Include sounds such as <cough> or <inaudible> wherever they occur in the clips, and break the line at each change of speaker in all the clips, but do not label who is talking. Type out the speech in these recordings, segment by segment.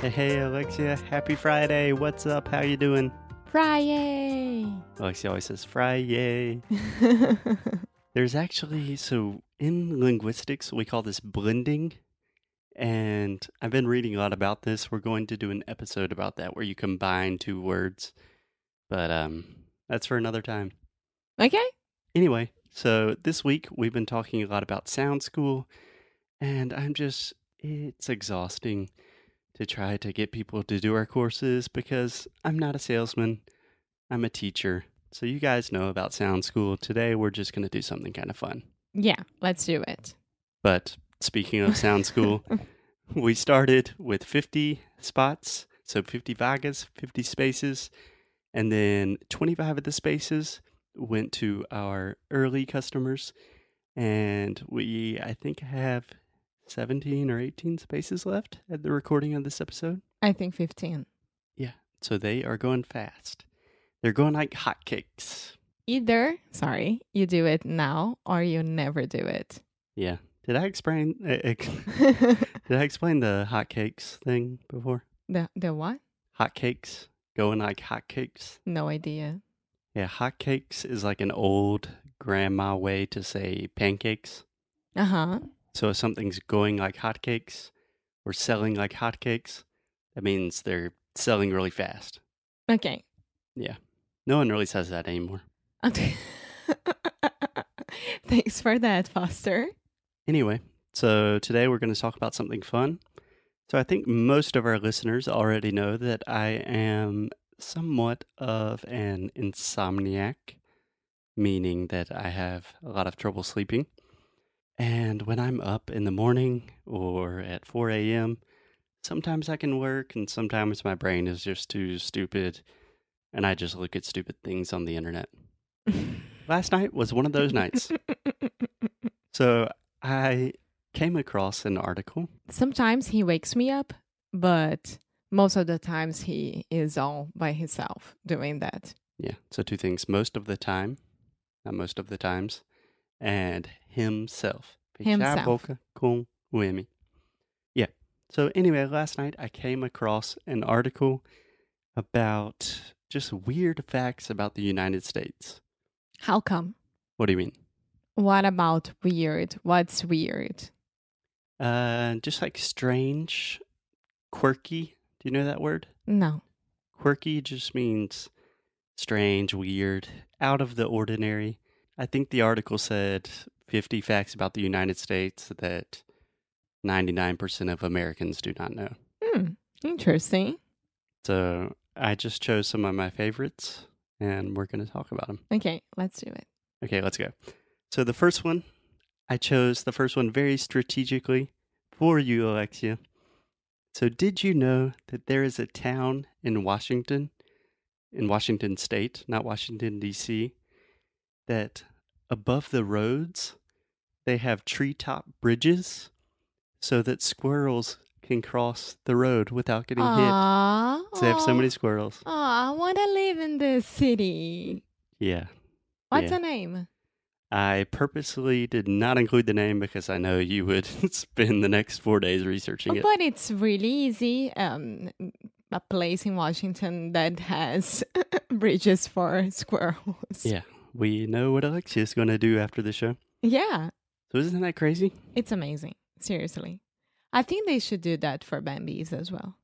Hey Alexia, happy Friday. What's up? How you doing?
Friday.
Alexia always says Friday. There's actually, so in linguistics, we call this blending. And I've been reading a lot about this. We're going to do an episode about that where you combine two words. But um, that's for another time.
okay.
Anyway, so this week we've been talking a lot about sound school. And I'm just, it's exhausting to try to get people to do our courses because I'm not a salesman, I'm a teacher. So you guys know about sound school. Today we're just going to do something kind of fun.
Yeah, let's do it.
But speaking of sound school, we started with 50 spots, so 50 vagas, 50 spaces, and then 25 of the spaces went to our early customers. And we, I think, have 17 or 18 spaces left at the recording of this episode.
<laughs> I think 15.
So they are going fast. They're going like hotcakes.
Either, sorry, you do it now or you never do it.
Yeah. Did I explain? eh, eh, <laughs> Did I explain the hotcakes thing before?
the, the what?
hotcakes, going like hotcakes.
No idea.
Yeah, hotcakes is like an old grandma way to say pancakes.
Uh huh.
So if something's going like hotcakes or selling like hotcakes, that means they're selling really fast.
Okay.
No one really says that anymore.
<laughs> Thanks for that, Foster.
Anyway, so today we're going to talk about something fun. So I think most of our listeners already know that I am somewhat of an insomniac, meaning that I have a lot of trouble sleeping. And when I'm up in the morning or at 4 a.m., sometimes I can work and sometimes my brain is just too stupid and I just look at stupid things on the internet. Last night was one of those nights. So I came across an article.
<laughs> Sometimes he wakes me up, but most of the times he is all by himself doing that.
Yeah. So two things. Most of the time, not most of the times, and himself. Fechar a
Himself.
boca com o M. Yeah. So anyway, last night I came across an article about just weird facts about the United States.
How come?
What do you mean?
What about weird? What's weird?
Uh, just like strange, quirky. Do you know that word?
No.
Quirky just means strange, weird, out of the ordinary. I think the article said 50 facts about the United States that 99% of Americans do not know.
Hmm. Interesting.
So I just chose some of my favorites and we're going to talk about them.
Okay, let's do it.
Okay, let's go. So the first one, I chose the first one very strategically for you, Alexia. So did you know that there is a town in Washington, in Washington State, not Washington D.C., that above the roads they have treetop bridges so that squirrels can cross the road without getting
Aww.
hit. So they have so many squirrels.
Aw, I want to live in this city.
Yeah.
What's
Yeah.
the name?
I purposely did not include the name because I know you would <laughs> spend the next four days researching it.
But it's really easy. Um, a place in Washington that has <laughs> bridges for squirrels.
Yeah, we know what Alexia's going to do after the show.
Yeah,
So isn't that crazy?
it's amazing. Seriously, I think they should do that for Bambies as well.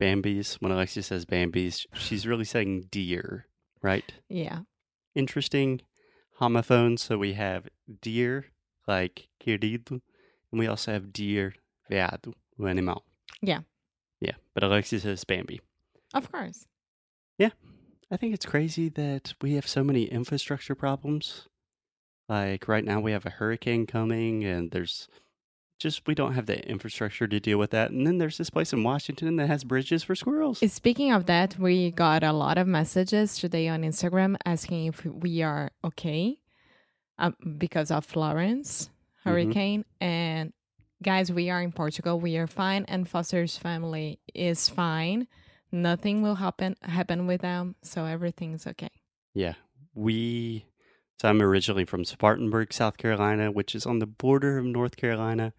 Bambies. When Alexia says Bambies, she's really saying deer, right?
Yeah.
Interesting homophone. So we have deer, like querido, and we also have deer, veado, o animal.
Yeah.
Yeah, but Alexia says Bambi.
Of course.
I think it's crazy that we have so many infrastructure problems. Like right now, we have a hurricane coming, and there's just we don't have the infrastructure to deal with that. And then there's this place in Washington that has bridges for squirrels.
Speaking of that, we got a lot of messages today on Instagram asking if we are okay um, because of Florence hurricane. And guys, we are in Portugal. We are fine, and Foster's family is fine. Nothing will happen happen with them, so everything's okay.
Yeah. We so I'm originally from Spartanburg, South Carolina, which is on the border of North Carolina,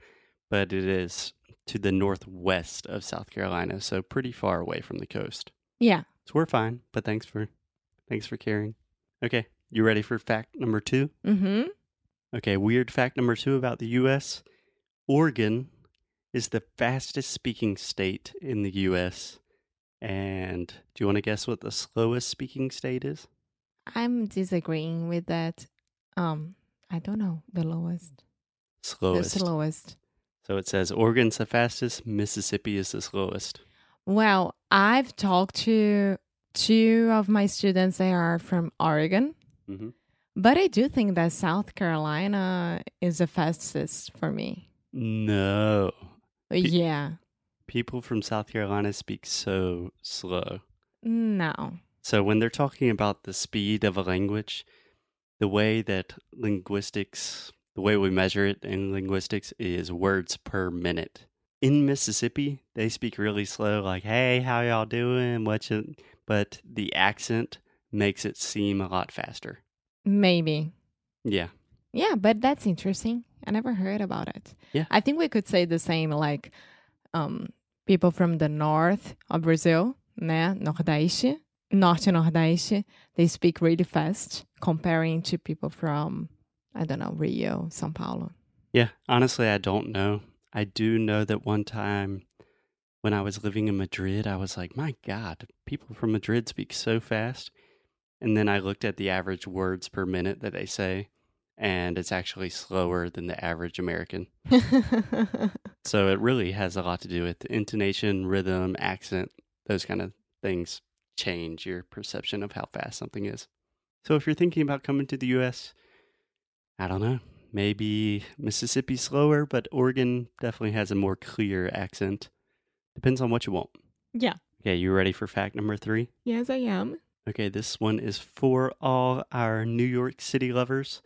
but it is to the northwest of South Carolina, so pretty far away from the coast.
Yeah.
So we're fine, but thanks for thanks for caring. Okay, you ready for fact number 2?
Mm-hmm.
Okay, weird fact number 2 about the US. Oregon is the fastest speaking state in the US. And do you want to guess what the slowest speaking state is?
I'm disagreeing with that. Um, I don't know the lowest,
Slowest.
the slowest.
So it says Oregon's the fastest, Mississippi is the slowest.
Well, I've talked to two of my students. They are from Oregon,
Mhm.
but I do think that South Carolina is the fastest for me.
No.
yeah.
People from South Carolina speak so slow.
No.
So when they're talking about the speed of a language, the way that linguistics, the way we measure it in linguistics is words per minute. In Mississippi, they speak really slow, like "Hey, how y'all doing?" What's it? But the accent makes it seem a lot faster.
Maybe.
Yeah,
Yeah, but that's interesting. I never heard about it.
Yeah.
I think we could say the same like um people from the north of Brazil, né? Nordeste, Norte Nordeste, they speak really fast comparing to people from I don't know, Rio, Sao Paulo. <laughs>
yeah. Honestly, I don't know. I do know that one time when I was living in Madrid, I was like, "My God, people from Madrid speak so fast." And then I looked at the average words per minute that they say, and it's actually slower than the average American. So it really has a lot to do with intonation, rhythm, accent, those kind of things change your perception of how fast something is. So if you're thinking about coming to the US, I don't know, maybe Mississippi's slower, but Oregon definitely has a more clear accent. Depends on what you want.
Yeah.
Okay, you ready for fact number three?
yes, I am.
Okay, this one is for all our New York City lovers.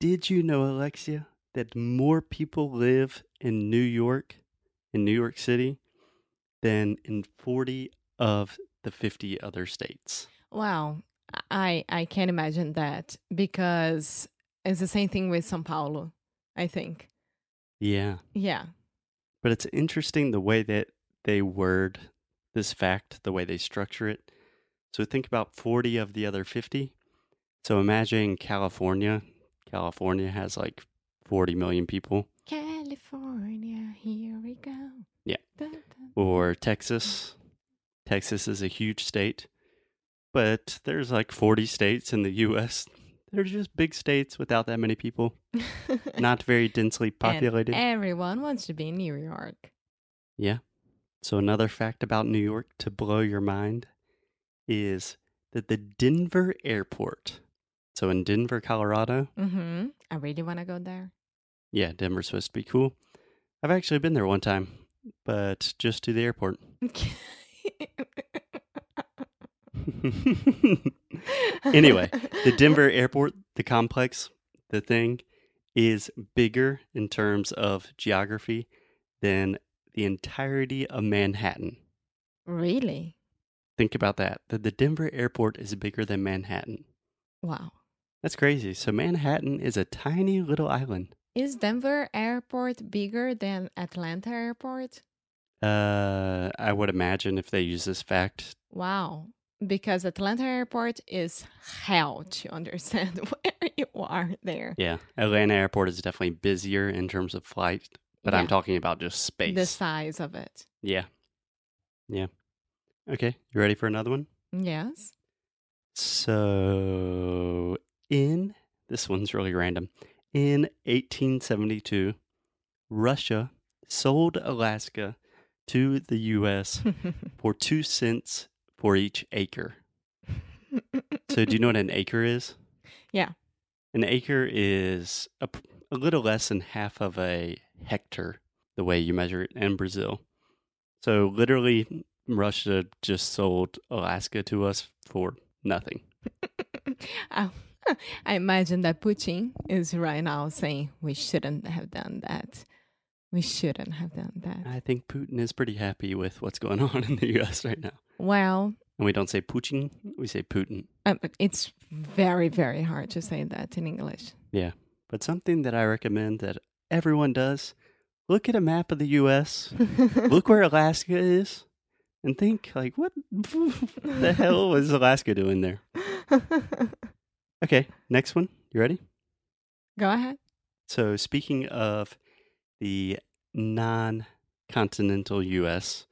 Did you know, Alexia, that more people live in New York, in New York City, than in 40 of the 50 other states?
Wow. I I can't imagine that because it's the same thing with Sao Paulo, I think.
Yeah.
Yeah.
But it's interesting the way that they word this fact, the way they structure it. So think about 40 of the other 50. So imagine California. California has like 40 million people.
California, here we go.
Yeah.
Dun, dun.
or Texas. Texas is a huge state, but there's like 40 states in the US. They're just big states without that many people, <laughs>
<laughs>
not very densely populated.
Everyone wants to be in New York.
yeah. So, another fact about New York to blow your mind is that the Denver airport, so in Denver, Colorado,
Mm-hmm. I really want to go there. <laughs>
yeah, Denver's supposed to be cool. I've actually been there one time, but just to the airport. <laughs> Anyway,
<laughs>
the Denver airport, the complex, the thing is bigger in terms of geography than the entirety of Manhattan.
Really?
Think about that. That the Denver airport is bigger than Manhattan.
Wow.
That's crazy. So Manhattan is a tiny little island.
Is Denver airport bigger than Atlanta airport?
Uh, I would imagine if they use this fact.
Wow. Because Atlanta airport is hell to understand <laughs> where you are there.
Yeah, Atlanta airport is definitely busier in terms of flight, but I'm
Yeah,
talking about just space.
the size of it.
yeah. Yeah. Okay, you ready for another one?
Yes. <laughs>
So, in this one's really random. In 1872, Russia sold Alaska to the
<laughs>
US for 2 cents for each acre. So, do you know what an acre is?
Yeah.
An acre is a, a little less than half of a hectare, the way you measure it in Brazil. So literally, Russia just sold Alaska to us for nothing.
I <laughs> I imagine that Putin is right now saying we shouldn't have done that. We shouldn't have done that.
I think Putin is pretty happy with what's going <laughs> on in the U.S. right now.
Well,
And we don't say Putin, we say Putin.
um, it's very, very hard to say that in English. <laughs>
But something that I recommend that everyone does look at a map of the
<laughs>
U.S., look where Alaska is, and think, like, what <laughs> the hell was Alaska doing there? Okay, next one. You ready?
Go ahead.
So, speaking of the non continental US,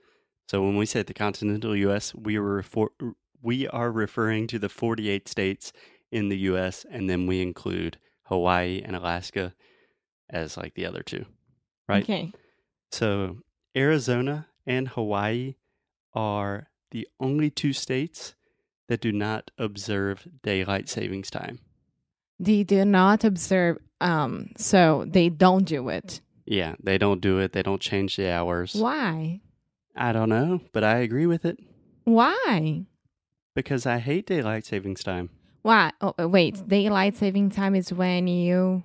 so when we say the continental US, we, were refor- we are referring to the 48 states in the US, and then we include Hawaii and Alaska as like the other two. Right.
Okay.
So, Arizona and Hawaii are the only two states that do not observe daylight savings time.
They do not observe, um, so they don't do it.
Yeah, they don't do it. They don't change the hours.
Why?
I don't know, but I agree with it
Why?
because I hate daylight savings time.
Why? Oh, uh, wait. Daylight saving time is when you.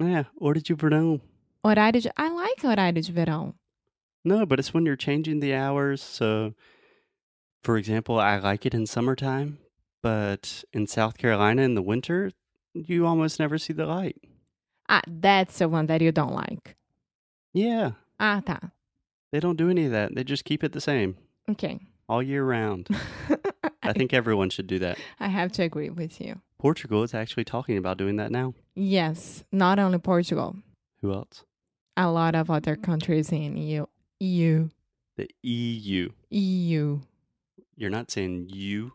Yeah, or did you know?
Horário de... I like horário de verão.
No, but it's when you're changing the hours. So, for example, I like it in summertime, but in South Carolina in the winter, you almost never see the light.
Ah, that's the one that you don't like.
Yeah,
Ah, tá.
they don't do any of that. They just keep it the same
Okay.
all year round. I think everyone should do that.
<laughs> I have to agree with you.
Portugal is actually talking about doing that now.
Yes, not only Portugal,
Who else?
a lot of other countries in E EU, EU,
The E EU.
EU.
You're not saying you.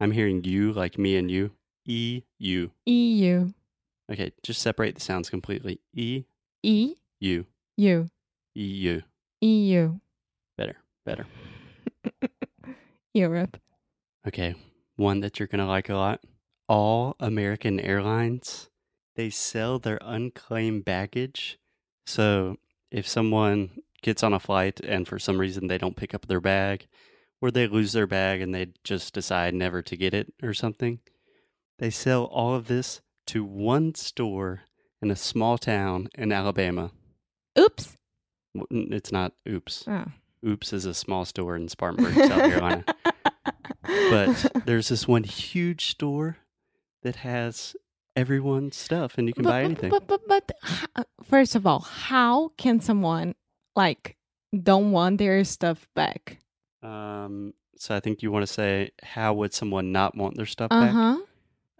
I'm hearing you like me and you. E U.
EU,
Okay, just separate the sounds completely. E
E,
U.
U, E
E U.
EU,
Better. Better.
<laughs> Europe.
Okay. One that you're gonna like a lot. All American Airlines, they sell their unclaimed baggage. So if someone gets on a flight and for some reason they don't pick up their bag, or they lose their bag and they just decide never to get it or something, they sell all of this to one store in a small town in Alabama.
Oops.
W- n- It's not Oops.
Oh.
Oops is a small store in Spartanburg,
<laughs>
South Carolina but there's this one huge store that has everyone's stuff and you can
But-
buy
but-
anything.
But, but, but, h- first of all, how can someone like don't want their stuff back?
Um, so I think you want to say, how would someone not want their stuff
Uh
back?
huh.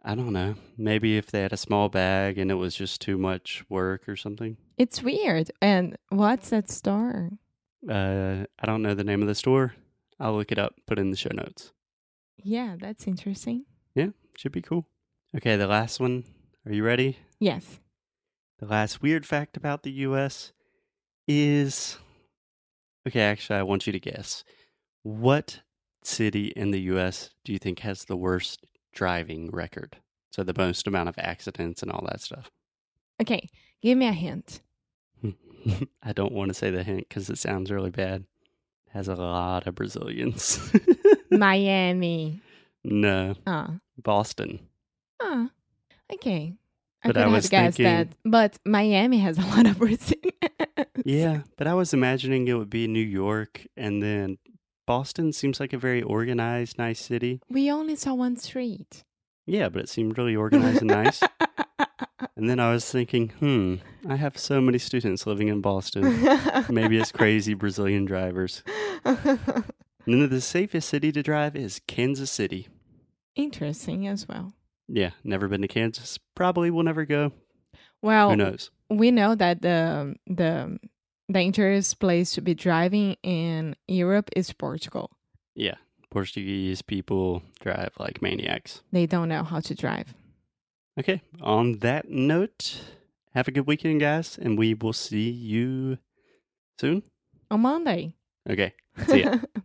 I don't know. Maybe if they had a small bag and it was just too much work or something.
It's weird. And what's that store?
Uh, I don't know the name of the store. I'll look it up, put it in the show notes.
Yeah, that's interesting.
Should be cool. Okay, the last one. Are you ready?
Yes.
The last weird fact about the US is okay, actually, I want you to guess. What city in the US do you think has the worst driving record? So, the most amount of accidents and all that stuff. <laughs>
Okay, give me a hint.
I don't want to say the hint because it sounds really bad. It has a lot of Brazilians. <laughs>
Miami.
no,
Ah.
Boston.
Ah. Okay. I
But
could
I was
have guessed that.
thinking-
But Miami has a lot of Brazilians.
Yeah, but I was imagining it would be New York and then Boston seems like a very organized, nice city.
We only saw one street.
Yeah, but it seemed really organized and nice. And then I was thinking, hmm, I have so many students living in Boston. Maybe it's crazy Brazilian drivers. And then the safest city to drive is Kansas City.
<laughs> Interesting as well.
Yeah, never been to Kansas. Probably will never go.
Well,
Who knows?
we know that the the dangerous place to be driving in Europe is Portugal.
Yeah, Portuguese people drive like maniacs.
They don't know how to drive.
Okay, on that note, have a good weekend, guys, and we will see you soon.
On Monday. <laughs>
Okay, see ya.